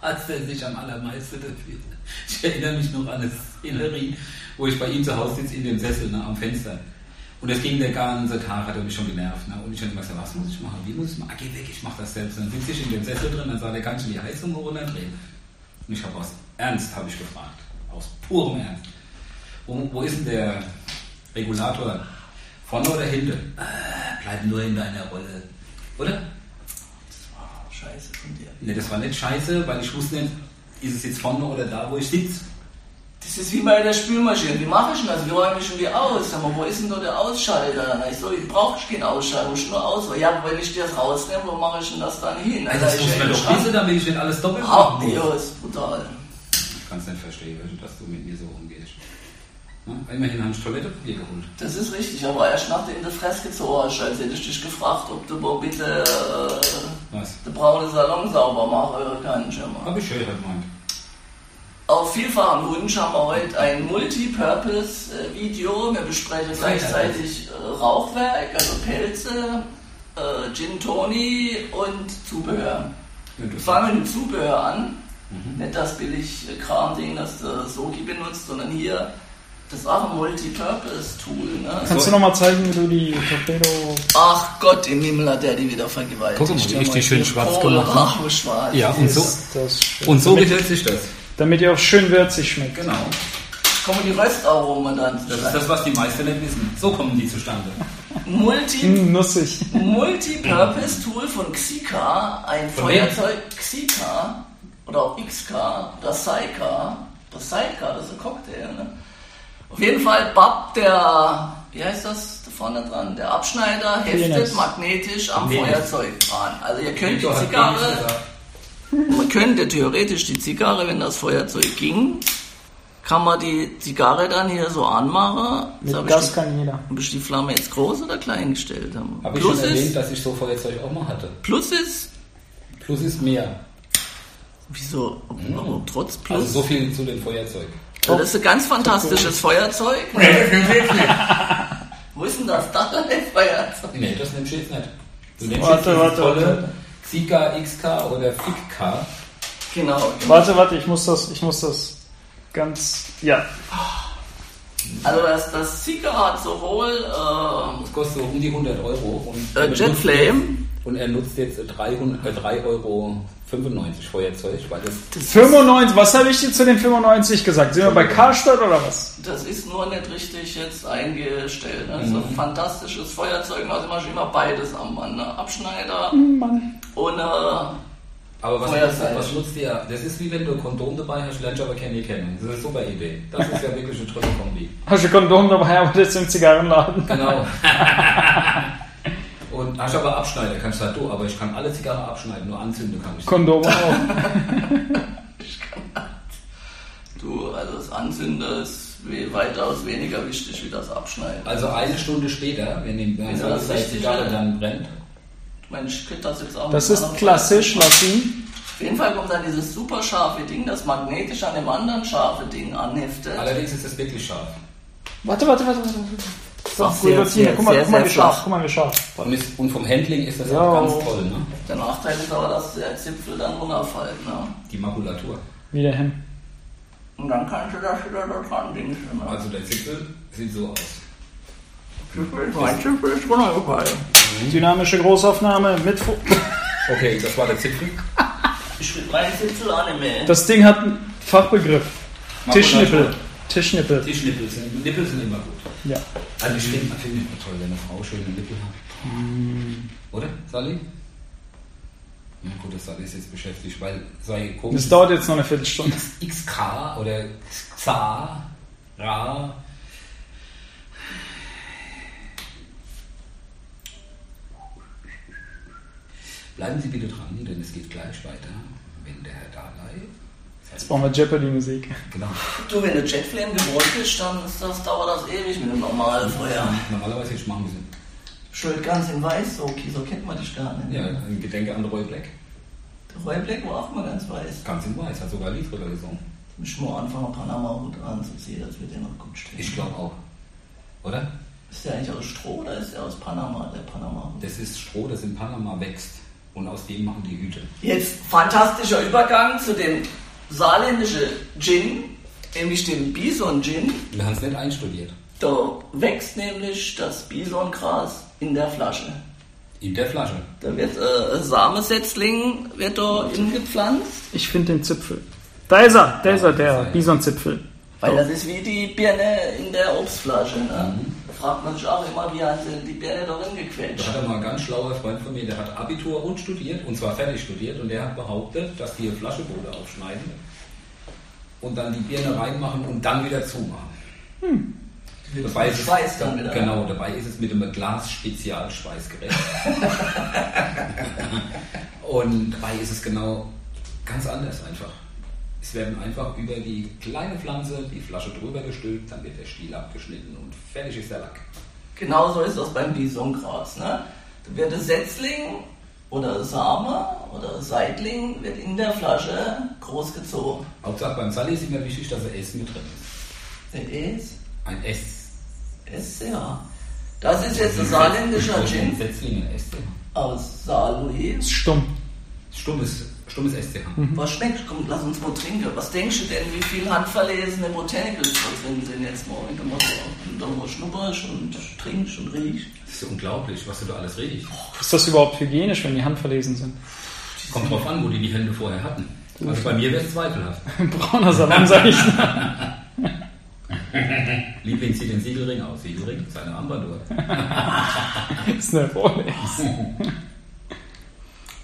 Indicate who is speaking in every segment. Speaker 1: als er sich am allermeisten dafür. Ich erinnere mich noch an eine Szenerie, wo ich bei ihm zu Hause sitze, in dem Sessel ne, am Fenster. Und das ging der ganze Tag, hat er mich schon genervt. Ne? Und ich habe immer gesagt, was muss ich machen, wie muss ich machen? Ah, geh weg, ich mache das selbst. Und dann sitze ich in dem Sessel drin, dann sagt er, kannst du die Heizung runterdrehen? Und ich habe aus Ernst, habe ich gefragt, aus purem Ernst, wo, wo ist denn der Regulator? Vorne oder hinten? Äh, bleib nur in deiner Rolle. Oder?
Speaker 2: Das war scheiße von dir.
Speaker 1: Ne, das war nicht scheiße, weil ich wusste nicht, ist es jetzt vorne oder da, wo ich sitze.
Speaker 2: Das ist wie bei der Spülmaschine. Wie mache ich denn das? Wie räume ich denn die aus? Sag mal, wo ist denn da der Ausschalter? Na, ich so, ich brauche keinen Ausschalter, muss ich nur aus. Ja, wenn ich das rausnehme, wo mache ich denn das dann hin?
Speaker 1: Also das
Speaker 2: ich
Speaker 1: muss man doch wissen, damit ich nicht alles doppelt
Speaker 2: Ach,
Speaker 1: machen
Speaker 2: nee,
Speaker 1: muss.
Speaker 2: das ist brutal.
Speaker 1: Ich kann es nicht verstehen, Richard, dass du mit mir so rumgehst. Ne? Immerhin habe ich Toilettenpapier geholt.
Speaker 2: Das ist richtig, aber erst nach der in der Freske zu Arsch, als hätte ich dich gefragt, ob du mal bitte äh,
Speaker 1: Was?
Speaker 2: den braunen Salon sauber machen kannst. ja, Mann.
Speaker 1: Habe ich gehört heute Morgen.
Speaker 2: Auf vielfachen Wunsch haben wir heute ein Multipurpose-Video. Wir besprechen gleichzeitig äh, Rauchwerk, also Pelze, äh, Gin Toni und Zubehör.
Speaker 1: Ja,
Speaker 2: Wir
Speaker 1: du-
Speaker 2: fangen mit dem Zubehör an.
Speaker 1: Mhm.
Speaker 2: Nicht das billig äh, Kram-Ding, das der Soki benutzt, sondern hier das auch ein Multipurpose-Tool. Ne?
Speaker 3: Kannst du nochmal zeigen, wie du die Torpedo.
Speaker 2: Ach Gott, im Himmel hat der die wieder vergewaltigt.
Speaker 1: Guck mal, die ist die schön schwarz gemacht, ne?
Speaker 2: Ach, schwarz.
Speaker 1: Ja, und so,
Speaker 3: Ist das schön.
Speaker 1: und so
Speaker 3: damit,
Speaker 1: behält sich das.
Speaker 3: damit ihr auch schön würzig schmeckt.
Speaker 1: Genau.
Speaker 2: Kommen die Röstaromen dann
Speaker 1: Das ist das, was die meisten nicht wissen. So kommen die zustande.
Speaker 2: Multi
Speaker 3: Mm, nussig.
Speaker 2: Multipurpose Tool von Xika, ein
Speaker 1: Von wem?
Speaker 2: Feuerzeug Xika oder auch XK oder Saika. Das Saika, das ist ein Cocktail, ne? Auf jeden Fall Bab, der, wie heißt das da vorne dran? Der Abschneider heftet
Speaker 3: Penis.
Speaker 2: magnetisch am
Speaker 1: Penis.
Speaker 2: Feuerzeug dran. Also ihr könnt die
Speaker 1: Victor hat
Speaker 2: Zigarre,
Speaker 1: wenig gesagt.
Speaker 2: man könnte theoretisch die Zigarre, wenn das Feuerzeug ging, kann man die Zigarre dann hier so anmachen. Jetzt
Speaker 3: Mit
Speaker 2: hab
Speaker 3: Gas
Speaker 2: ich die,
Speaker 3: kann jeder.
Speaker 2: hab ich die Flamme jetzt groß oder klein gestellt? haben?
Speaker 1: Habe ich
Speaker 2: Plus
Speaker 1: schon
Speaker 2: ist-
Speaker 1: erwähnt, dass ich so Feuerzeug auch mal hatte.
Speaker 2: Plus ist
Speaker 1: Plus ist mehr.
Speaker 2: Wieso? Oh, trotz Plus? Also
Speaker 1: Also so viel zu dem Feuerzeug.
Speaker 2: das ist ein ganz fantastisches Feuerzeug. Wo ist denn das? Da ein Feuerzeug.
Speaker 1: Nee, das nimmst du jetzt nicht. Du nimmst
Speaker 3: Warte,
Speaker 1: jetzt
Speaker 3: warte,
Speaker 1: dieses tolle
Speaker 3: warte.
Speaker 1: Xika, XK oder FIKK.
Speaker 2: Genau.
Speaker 3: Warte, warte, ich muss das, ich muss das ganz. Ja.
Speaker 2: Also das, das Sika hat sowohl ähm,
Speaker 1: Das kostet so um die 100 Euro. Und er
Speaker 2: äh,
Speaker 1: benutzt
Speaker 2: Jetflame.
Speaker 1: jetzt- Und er nutzt jetzt 300 äh, 3,95 Euro Feuerzeug, weil das
Speaker 3: 95, was habe ich dir zu den 95 gesagt? Sind wir bei Karstadt oder was?
Speaker 2: Das ist nur nicht richtig jetzt eingestellt. Das ist
Speaker 3: Mhm.
Speaker 2: ein fantastisches Feuerzeug. Also man schon immer beides am Mann. Ne? Abschneider und äh,
Speaker 1: Aber was,
Speaker 2: Feuer
Speaker 1: nutzt,
Speaker 2: sein.
Speaker 1: was nutzt ihr? Das ist wie wenn du ein Kondom dabei hast, lernst aber keine kennen. Das ist eine super Idee. Das ist ja wirklich eine tolle Kombi.
Speaker 3: Hast du Kondom dabei, aber das ist im Zigarrenladen.
Speaker 1: Genau. Und hast aber Abschneider, kannst halt du, aber ich kann alle Zigarren abschneiden, nur anzünden kann ich. nicht.
Speaker 3: Kondom auch.
Speaker 2: du, also das Anzünden ist we- weitaus weniger wichtig wie das Abschneiden.
Speaker 1: Also eine Stunde später, wenn die wenn
Speaker 2: Ja, Also das
Speaker 1: die
Speaker 2: ist
Speaker 1: Zigarre
Speaker 2: richtig, ja.
Speaker 1: dann brennt.
Speaker 2: Mensch, ich könnte das jetzt auch
Speaker 3: Das
Speaker 2: mit
Speaker 3: ist
Speaker 2: anderen-
Speaker 3: klassisch Latin.
Speaker 2: Auf jeden Fall kommt dann dieses super scharfe Ding, das magnetisch an dem anderen scharfe Ding anheftet.
Speaker 1: Allerdings ist es wirklich scharf.
Speaker 3: Warte, warte, warte, warte. warte.
Speaker 2: Doch,
Speaker 3: Gut, Latin. Guck mal, guck mal, wie scharf.
Speaker 2: flach.
Speaker 3: Guck mal, wie scharf.
Speaker 1: Und ist- Und vom Handling ist das
Speaker 3: Ja.
Speaker 1: auch ganz toll, ne?
Speaker 2: Der Nachteil ist aber, dass der Zipfel dann runterfällt. Ne?
Speaker 1: Die Makulatur.
Speaker 3: Wieder hin.
Speaker 2: Und dann kannst du das wieder da dran dingsen. Ne?
Speaker 1: Also der Zipfel sieht so aus.
Speaker 2: Mein Zipfel ist runtergefallen.
Speaker 3: Dynamische Großaufnahme mit. Fo
Speaker 1: Okay, das war der Zipfel.
Speaker 2: Ich will meinen Zipfel annehmen.
Speaker 3: Das Ding hat einen Fachbegriff. Tischnippel. Tischnippel.
Speaker 1: Tischnippel sind, Nippel sind immer gut.
Speaker 3: Ja.
Speaker 1: Also ich finde ich find immer toll, wenn eine Frau schöne Nippel hat. Oder, Sally? Na gut, das Sally ist jetzt beschäftigt, weil sei komisch.
Speaker 3: Das dauert jetzt noch eine Viertelstunde.
Speaker 1: XK oder XA, Ra. Bleiben Sie bitte dran, denn es geht gleich weiter, wenn der Herr Dalai.
Speaker 3: Jetzt brauchen wir Jeopardy-Musik.
Speaker 1: Genau.
Speaker 2: Du, wenn der Jetflame gewollt ist, dann ist das, dauert das ewig mit dem normalen Feuer.
Speaker 1: Normalerweise hätte ich machen müssen.
Speaker 2: Schuld ganz in weiß, so, okay, so kennt man dich gar nicht. ne?
Speaker 1: Ja, ein Gedenke an Roy Black.
Speaker 2: Der Rollblick war auch mal ganz weiß.
Speaker 1: Ganz in weiß, hat sogar Lied drüber gesungen.
Speaker 2: Ich muss anfangen, Panama-Hut anzuziehen, das wird ja noch gut stehen.
Speaker 1: Ich glaube auch. Oder?
Speaker 2: Ist der eigentlich aus Stroh oder ist der aus Panama, der Panama?
Speaker 1: Das ist Stroh, das in Panama wächst. Und aus dem machen die Hüte.
Speaker 2: Jetzt fantastischer Übergang zu dem saarländischen Gin, nämlich dem Bison-Gin.
Speaker 1: Wir haben es nicht einstudiert.
Speaker 2: Da wächst nämlich das Bisongras in der Flasche.
Speaker 1: In der Flasche.
Speaker 2: Da wird äh, Samensetzling wird da ingepflanzt,
Speaker 3: Ich finde den Zipfel. Da ist er, da ist er, der Bison-Zipfel.
Speaker 2: weil das ist wie die Birne in der Obstflasche. Ne? Da fragt man sich auch immer, wie hat sie die Birne darin
Speaker 1: Da
Speaker 2: gequetscht.
Speaker 1: hat er mal ein ganz schlauer Freund von mir, der hat Abitur und studiert, und zwar fertig studiert, und der hat behauptet, dass die Flaschenbowle aufschneiden und dann die Birne reinmachen und dann wieder zumachen. Dabei ist,
Speaker 2: Schweiß dann wieder.
Speaker 1: Genau, dabei ist es mit einem Glas-Spezialschweißgerät. und dabei ist es genau ganz anders einfach. Es werden einfach über die kleine Pflanze die Flasche drüber gestülpt, dann wird der Stiel abgeschnitten und fertig ist der Lack.
Speaker 2: Genauso ist das beim Bisongras. Ne? Da wird das Setzling oder Same oder Seitling wird in der Flasche großgezogen.
Speaker 1: Hauptsache beim Sally ist immer wichtig, dass er Essen mit drin ist.
Speaker 2: Der ist,
Speaker 1: Ein S.
Speaker 2: ist ja. Das ist jetzt ein saarländischer Gin
Speaker 1: Setzlinge, SCH.
Speaker 2: aus Saarlouis.
Speaker 3: Ist stumm.
Speaker 1: Stummes, stummes SCH.
Speaker 2: Was schmeckt? Komm, lass uns mal trinken. Was denkst du denn, wie viel handverlesene Botanicals da drin sind jetzt mal? Wenn du mal, so, da mal schnupperst und trinkst und riechst.
Speaker 1: Das ist unglaublich, was du da alles redest.
Speaker 2: Oh,
Speaker 3: Ist das überhaupt hygienisch, wenn die handverlesen sind?
Speaker 1: Kommt drauf an, wo die die Hände vorher hatten. Also bei mir wäre es zweifelhaft.
Speaker 3: Brauner Salam, sag ich.
Speaker 1: Liebling zieht den Siegelring aus. Siegelring, seine Armbanduhr.
Speaker 3: Ist eine Rolex.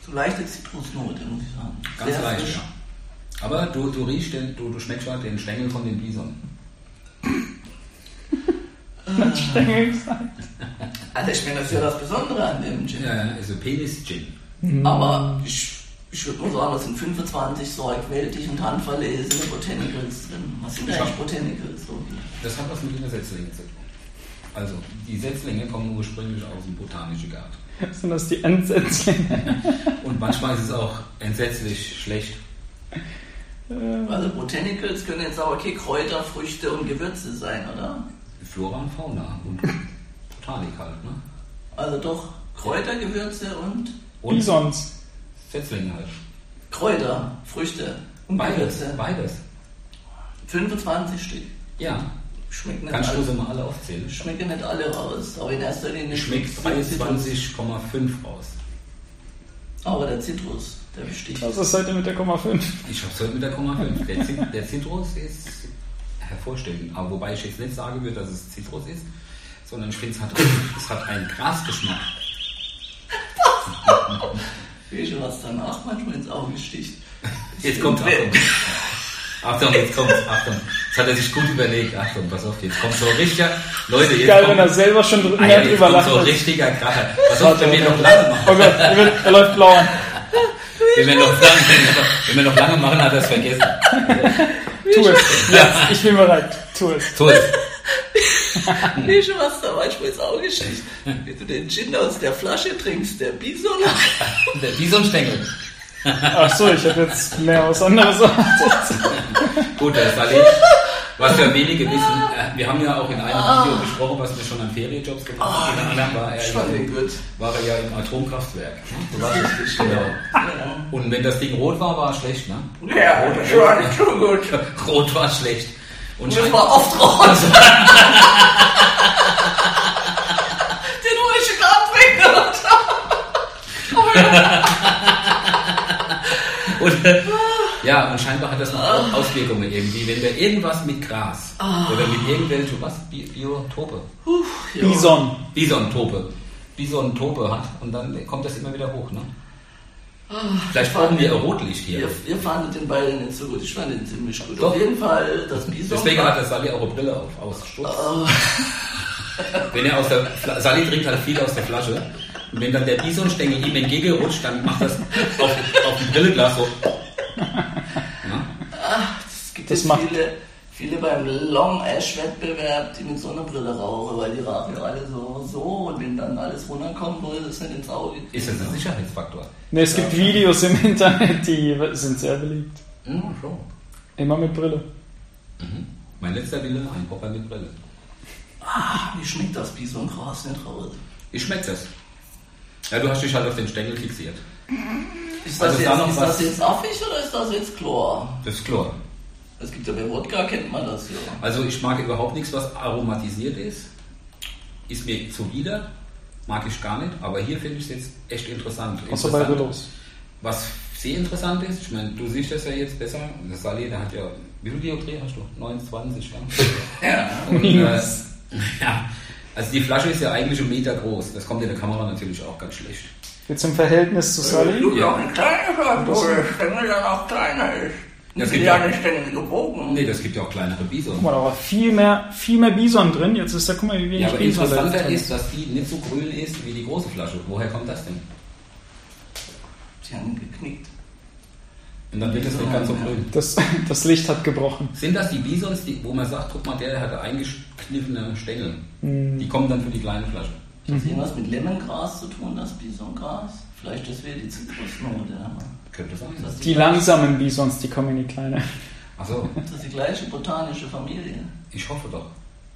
Speaker 2: So leichte Zitrusnote, muss ich sagen.
Speaker 1: Ganz
Speaker 2: Sehr
Speaker 1: leicht,
Speaker 2: frisch.
Speaker 1: ja. Aber du, du riechst, den, du, du schmeckst schon den Stängel von dem Bison.
Speaker 2: Also ich meine, das ist ja das Besondere an dem Gin.
Speaker 1: Ja, also Penis-Gin.
Speaker 2: Aber
Speaker 1: Hm.
Speaker 2: ich, ich würde mal sagen, das sind 25 sorgfältig und handverlesene Botanicals drin. Was sind
Speaker 1: Ich
Speaker 2: eigentlich
Speaker 1: hab-
Speaker 2: Botanicals? So?
Speaker 1: Das hat was mit den Setzlingen zu tun. Also, die Setzlinge kommen ursprünglich aus dem Botanischen Garten.
Speaker 3: Sind das die Endsetzlinge?
Speaker 1: Und manchmal ist es auch entsetzlich schlecht.
Speaker 2: Also Botanicals können jetzt aber okay, Kräuter, Früchte und Gewürze sein, oder?
Speaker 1: Flora und Fauna und Botanik halt, ne?
Speaker 2: Also doch Kräuter, Gewürze und
Speaker 1: Und
Speaker 3: Bisons.
Speaker 1: Setzlinge halt.
Speaker 2: Kräuter, Früchte und
Speaker 1: Beides,
Speaker 2: Gewürze.
Speaker 1: beides.
Speaker 2: 25 Stück.
Speaker 1: Ja,
Speaker 2: Schmecken nicht,
Speaker 1: kannst du sie
Speaker 2: alle,
Speaker 1: mal Also alle aufzählen.
Speaker 2: schmecken nicht alle raus, aber in erster Linie
Speaker 1: Schmeckt
Speaker 2: schmeckt's mit Zitrus.
Speaker 1: 23,5 raus.
Speaker 2: Aber der Zitrus, der besticht.
Speaker 1: Also
Speaker 3: Was ist heute mit der Komma 5?
Speaker 1: Ich hab's heute mit der Komma 5. Der, Zit der Zitrus ist hervorstehend. Aber wobei ich jetzt nicht sagen würde, dass es Zitrus ist, sondern ich finde, es hat, es hat einen Grasgeschmack.
Speaker 2: Wie schon was danach manchmal ins Auge sticht.
Speaker 1: Jetzt kommt Achtung. Achtung, jetzt kommt Achtung. Jetzt hat er sich gut überlegt. Achtung, pass auf, jetzt kommt so ein richtiger. Leute, jetzt
Speaker 3: Geil,
Speaker 1: kommt,
Speaker 3: wenn er selber schon drüber
Speaker 1: ah, ja, jetzt kommt so ein
Speaker 3: lacht.
Speaker 1: richtiger Kracher. Pass auf, wenn wir noch lange machen.
Speaker 3: Oh Gott, er wird- er läuft blau an.
Speaker 1: Wenn wir noch lange, wenn wir noch lange machen, hat er es vergessen.
Speaker 3: Tu es. Ja, ich bin bereit. Tu es.
Speaker 1: So ist
Speaker 2: Wie schon was da manchmal ins Auge sticht. Wenn du den Gin aus der Flasche trinkst, der Bison.
Speaker 1: Der Bisonstängel.
Speaker 3: Ach so, ich habe jetzt mehr was anderes erwartet.
Speaker 1: Gut, äh, das war Was ja wenige wissen, äh, wir haben ja auch in
Speaker 2: Ah.
Speaker 1: einem Video besprochen, was wir schon an Ferienjobs gemacht haben. In anderen war er,
Speaker 2: Spannend,
Speaker 1: ja,
Speaker 2: Oh, gut.
Speaker 1: war er ja im Atomkraftwerk. ne? So war das. genau.
Speaker 2: Ja.
Speaker 1: Und wenn das Ding rot war, war es schlecht, ne?
Speaker 2: Ja,
Speaker 1: Rot-
Speaker 2: schon, schon gut.
Speaker 1: Rot war schlecht. Und
Speaker 2: Das
Speaker 1: ein-
Speaker 2: war oft rot. Den hol ich gerade weg,
Speaker 1: Und, äh, ja, und scheinbar hat das noch auch Auswirkungen irgendwie. Wenn wir irgendwas mit Gras oder mit irgendwelchen was? Bi- Biotope.
Speaker 3: Bison.
Speaker 1: Bison-Tope. Bison-Tope hat und dann kommt das immer wieder hoch, ne? Vielleicht brauchen wir ein Rotlicht hier.
Speaker 2: Ihr, ihr fandet den beiden nicht so gut. Ich fand den ziemlich gut.
Speaker 1: Doch.
Speaker 2: Auf jeden Fall das Bison.
Speaker 1: Deswegen hat der Sally auch eine Brille auf, aus Schutz. Wenn er aus der Fla Sally trinkt halt viel aus der Flasche. Und wenn dann der Bisonstängel ihm entgegenrutscht, dann macht das auf, auf dem Brilleglas so. Ja?
Speaker 2: es gibt
Speaker 3: das
Speaker 2: jetzt
Speaker 3: macht-
Speaker 2: viele, viele beim Long Ash Wettbewerb, die mit so einer Brille rauchen, weil die rauchen ja alle so, so und wenn dann alles runterkommt, wo ist es nicht ins Auge?
Speaker 1: Ist das ein Sicherheitsfaktor?
Speaker 3: Ne, es gibt Videos im Internet, die sind sehr beliebt.
Speaker 1: Mhm, schon.
Speaker 3: Immer mit Brille.
Speaker 1: Mein letzter Wille, ein Popper mit Brille.
Speaker 2: Ach, wie schmeckt das Bison Gras nicht raus?
Speaker 1: Ich schmeckt das. Ja, du hast dich halt auf den Stängel fixiert.
Speaker 2: Ist das,
Speaker 1: Also da
Speaker 2: jetzt,
Speaker 1: noch
Speaker 2: ist
Speaker 1: was?
Speaker 2: das jetzt affig oder ist das jetzt Chlor?
Speaker 1: Das ist Chlor.
Speaker 2: Es gibt ja bei Wodka, kennt man das ja.
Speaker 1: Also ich mag überhaupt nichts, was aromatisiert ist. Ist mir zuwider. Mag ich gar nicht. Aber hier finde ich es jetzt echt interessant.
Speaker 3: Außer bei
Speaker 1: Interessant.
Speaker 3: Willows.
Speaker 1: Was sehr interessant ist, ich meine, du siehst das ja jetzt besser. Das Salé, der hat ja, wie viel Dioptrie hast du? 29, ja. Und, äh,
Speaker 3: Minus.
Speaker 1: ja. Also die Flasche ist ja eigentlich einen Meter groß. Das kommt in der Kamera natürlich auch ganz schlecht.
Speaker 3: Jetzt im Verhältnis zu Sally.
Speaker 1: Äh,
Speaker 2: Du ja auch eine kleine Fraktur, wenn dann auch kleiner ist.
Speaker 1: Das
Speaker 2: Die
Speaker 1: geht
Speaker 2: ja
Speaker 1: ja.
Speaker 2: nicht ständig gebogen.
Speaker 1: Nee, das gibt ja auch kleinere Bison.
Speaker 3: Guck mal, da war viel mehr, viel mehr Bison drin. Jetzt ist da, guck mal, wie
Speaker 1: Ja,
Speaker 3: wenig
Speaker 1: aber
Speaker 3: Bison da
Speaker 1: interessanter
Speaker 3: drin
Speaker 1: ist, dass die nicht so grün ist wie die große Flasche. Woher kommt das denn?
Speaker 2: Sie haben geknickt.
Speaker 1: Und dann wird es nicht ganz so grün.
Speaker 3: Das, das Licht hat gebrochen.
Speaker 1: Sind das die Bisons, die, wo man sagt, guck mal, der hatte eingekniffene Stängel? Die kommen dann für die kleine Flasche.
Speaker 2: Hat das irgendwas mit Lemongras zu tun, das Bisongras? Vielleicht das wäre die Zitrusnote. aber
Speaker 1: Könnte sein.
Speaker 2: Das ist
Speaker 3: Die
Speaker 2: die,
Speaker 3: langsamen Bisons, die kommen in die Kleine.
Speaker 1: Achso,
Speaker 2: das ist die gleiche botanische Familie.
Speaker 1: ich hoffe doch.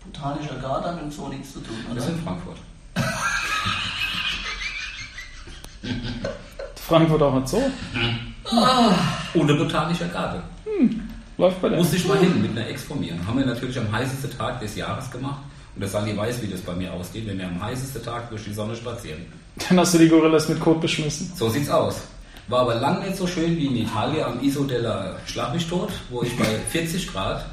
Speaker 2: Botanischer Garten hat mit so nichts zu tun,
Speaker 1: Das
Speaker 2: oder?
Speaker 1: ist in Frankfurt.
Speaker 3: Frankfurt auch nicht so.
Speaker 1: Ohne botanischer Garten.
Speaker 3: Läuft bei denen.
Speaker 1: Musste ich mal hin mit einer Ex von mir. Haben wir natürlich am heißesten Tag des Jahres gemacht. Und der Sally weiß, wie das bei mir ausgeht, wenn wir am heißesten Tag durch die Sonne spazieren.
Speaker 3: Dann hast du die Gorillas mit Kot beschmissen.
Speaker 1: So sieht's aus. War aber lang nicht so schön wie in Italien am Iso della Schlag mich tot, wo ich bei 40 Grad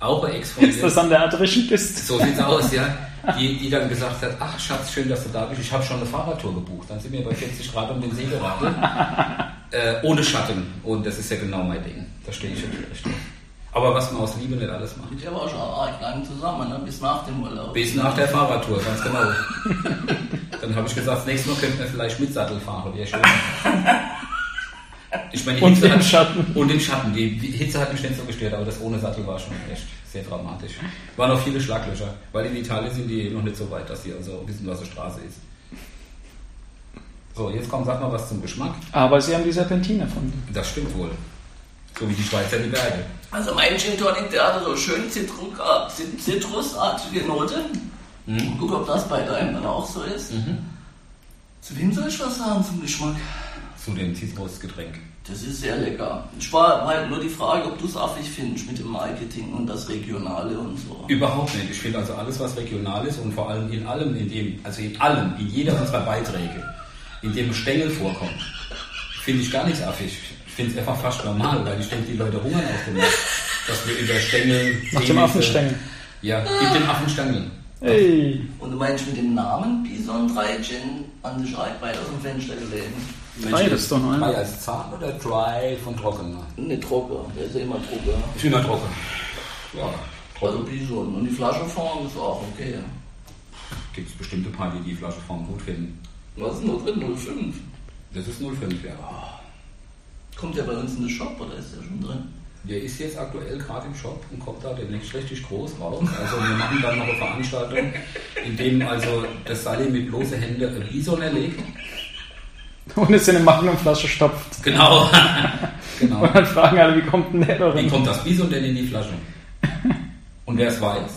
Speaker 1: auch eine Ex von
Speaker 3: Ist
Speaker 1: mir
Speaker 3: das an der Adrischen bist?
Speaker 1: So sieht's aus, ja. Die, die dann gesagt hat, ach Schatz, schön, dass du da bist. Ich habe schon eine Fahrradtour gebucht. Dann sind wir bei 40 Grad um den See geradelt. äh, ohne Schatten. Und das ist ja genau mein Ding. Da stehe ich natürlich drauf. Aber was man aus Liebe nicht alles macht.
Speaker 2: Mit der war schon arg lang zusammen, ne? bis nach dem Urlaub.
Speaker 1: Bis nach der Fahrradtour, ganz genau. dann habe ich gesagt, das nächste Mal könnten wir vielleicht mit Sattel fahren. Wäre schön. Ich meine, die
Speaker 3: Und
Speaker 1: Hitze
Speaker 3: im
Speaker 1: hat-
Speaker 3: Schatten.
Speaker 1: Und im Schatten. Die die Hitze hat mich nicht so gestört, aber das ohne Sattel war schon echt sehr dramatisch. Waren auch viele Schlaglöcher, weil in Italien sind die noch nicht so weit, dass die also wissen, was eine Straße ist. So, jetzt komm, sag mal was zum Geschmack.
Speaker 3: Aber sie haben die Serpentine erfunden.
Speaker 1: Das stimmt wohl. So wie die Schweizer die Berge.
Speaker 2: Also mein Gin Tonic, der hatte so schön Zitrusart- Zit- zitrusartige Note.
Speaker 1: Mhm.
Speaker 2: Guck, ob das bei deinem dann auch so ist. Zu wem soll ich was sagen zum Geschmack?
Speaker 1: Zu dem Zitrusgetränk.
Speaker 2: Das ist sehr lecker. Ich war halt nur die Frage, ob du es affig findest mit dem Marketing und das Regionale und so.
Speaker 1: Überhaupt nicht. Ich finde also alles, was regional ist und vor allem in allem, in dem, also in allem, in jeder unserer Beiträge, in dem Stängel vorkommt, finde ich gar nicht affig. Ich finde es einfach fast normal, weil ich denke, die Leute hungern auf dem Markt, dass wir über Stängel...
Speaker 3: Nach dem
Speaker 1: Seewisse-
Speaker 3: Affenstängel.
Speaker 1: Ja, mit dem Affenstängel.
Speaker 3: Ey,
Speaker 2: Und du meinst mit dem Namen Bison 3 Gin an sich weit aus dem Fenster gelehnt.
Speaker 3: Drei, das ist doch nur ein.
Speaker 1: Drei als Zahn oder dry von trocken?
Speaker 2: Eine Drucker, der ist ja immer Drucker.
Speaker 1: Ich bin mal trocken. Ja,
Speaker 2: Also
Speaker 1: trocken.
Speaker 2: Bison. Und die Flaschenform ist auch okay.
Speaker 1: Gibt es bestimmte paar, die die Flasche vom Hut finden.
Speaker 2: Was ist denn da drin? 05?
Speaker 1: Das ist 0,5, ja.
Speaker 2: Kommt der bei uns in den Shop oder ist der schon drin?
Speaker 1: Der ist jetzt aktuell gerade im Shop und kommt da demnächst richtig groß raus. Also wir machen dann noch eine Veranstaltung, in dem also das Sally mit bloßen Händen ein Bison erlegt.
Speaker 3: Und es in eine Magnumflasche stopft.
Speaker 1: Genau. genau.
Speaker 3: Und dann fragen alle, wie kommt denn der da
Speaker 1: Wie
Speaker 3: rein?
Speaker 1: kommt das Bison denn in die Flasche? Und wer es weiß,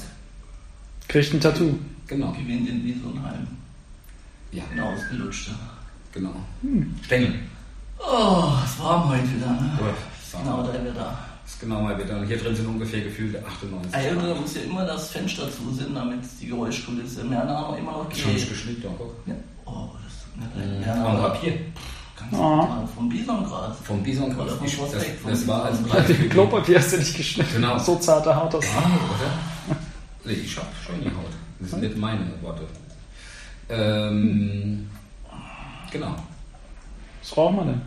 Speaker 3: Kriegt ein Tattoo.
Speaker 1: genau.
Speaker 2: Gewinnt in Bison heim.
Speaker 1: Ja,
Speaker 2: Ein ausgelutschter.
Speaker 1: genau. Stängel.
Speaker 2: Oh, es warm heute wieder, ne?
Speaker 1: Uff,
Speaker 2: Genau,
Speaker 1: Sau.
Speaker 2: da wir da.
Speaker 1: Das ist genau mein Wetter. Und hier drin sind ungefähr gefühlt 98
Speaker 2: Elbe
Speaker 1: Grad.
Speaker 2: muss Ah, ja genau. immer das Fenster zu sind, damit die Geräuschkulisse Merner aber immer noch
Speaker 1: Ich habe mich
Speaker 2: geht.
Speaker 1: geschnitten, oh, guck.
Speaker 2: Ja. Oh, das tut mir
Speaker 1: Mhm.
Speaker 2: leid. Merner
Speaker 1: Am
Speaker 2: aber
Speaker 1: Papier.
Speaker 2: ganz
Speaker 3: Oh.
Speaker 2: total vom Bisongras.
Speaker 1: Vom Bison.
Speaker 2: Oder vom
Speaker 1: Ich- Das,
Speaker 2: Prospekt vom
Speaker 1: das war als
Speaker 2: Bison.
Speaker 3: Die Klopapier hast du nicht geschnitten.
Speaker 1: Genau.
Speaker 3: So zarte Haut aus.
Speaker 1: Ah, oder? Nee, ich hab schon die Haut. Das sind nicht meine Worte. Ähm, genau.
Speaker 3: Was brauchen wir denn?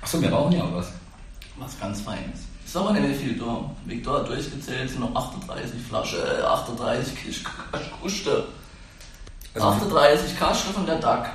Speaker 1: Achso, wir rauchen ja auch was.
Speaker 2: Was ganz Feines. Ist aber nicht mehr viel da. Victor hat durchgezählt, sind noch 38 Flasche, äh, 38 Kisch- Kuschte.
Speaker 1: Also-
Speaker 2: 38 Kasche von der DAC.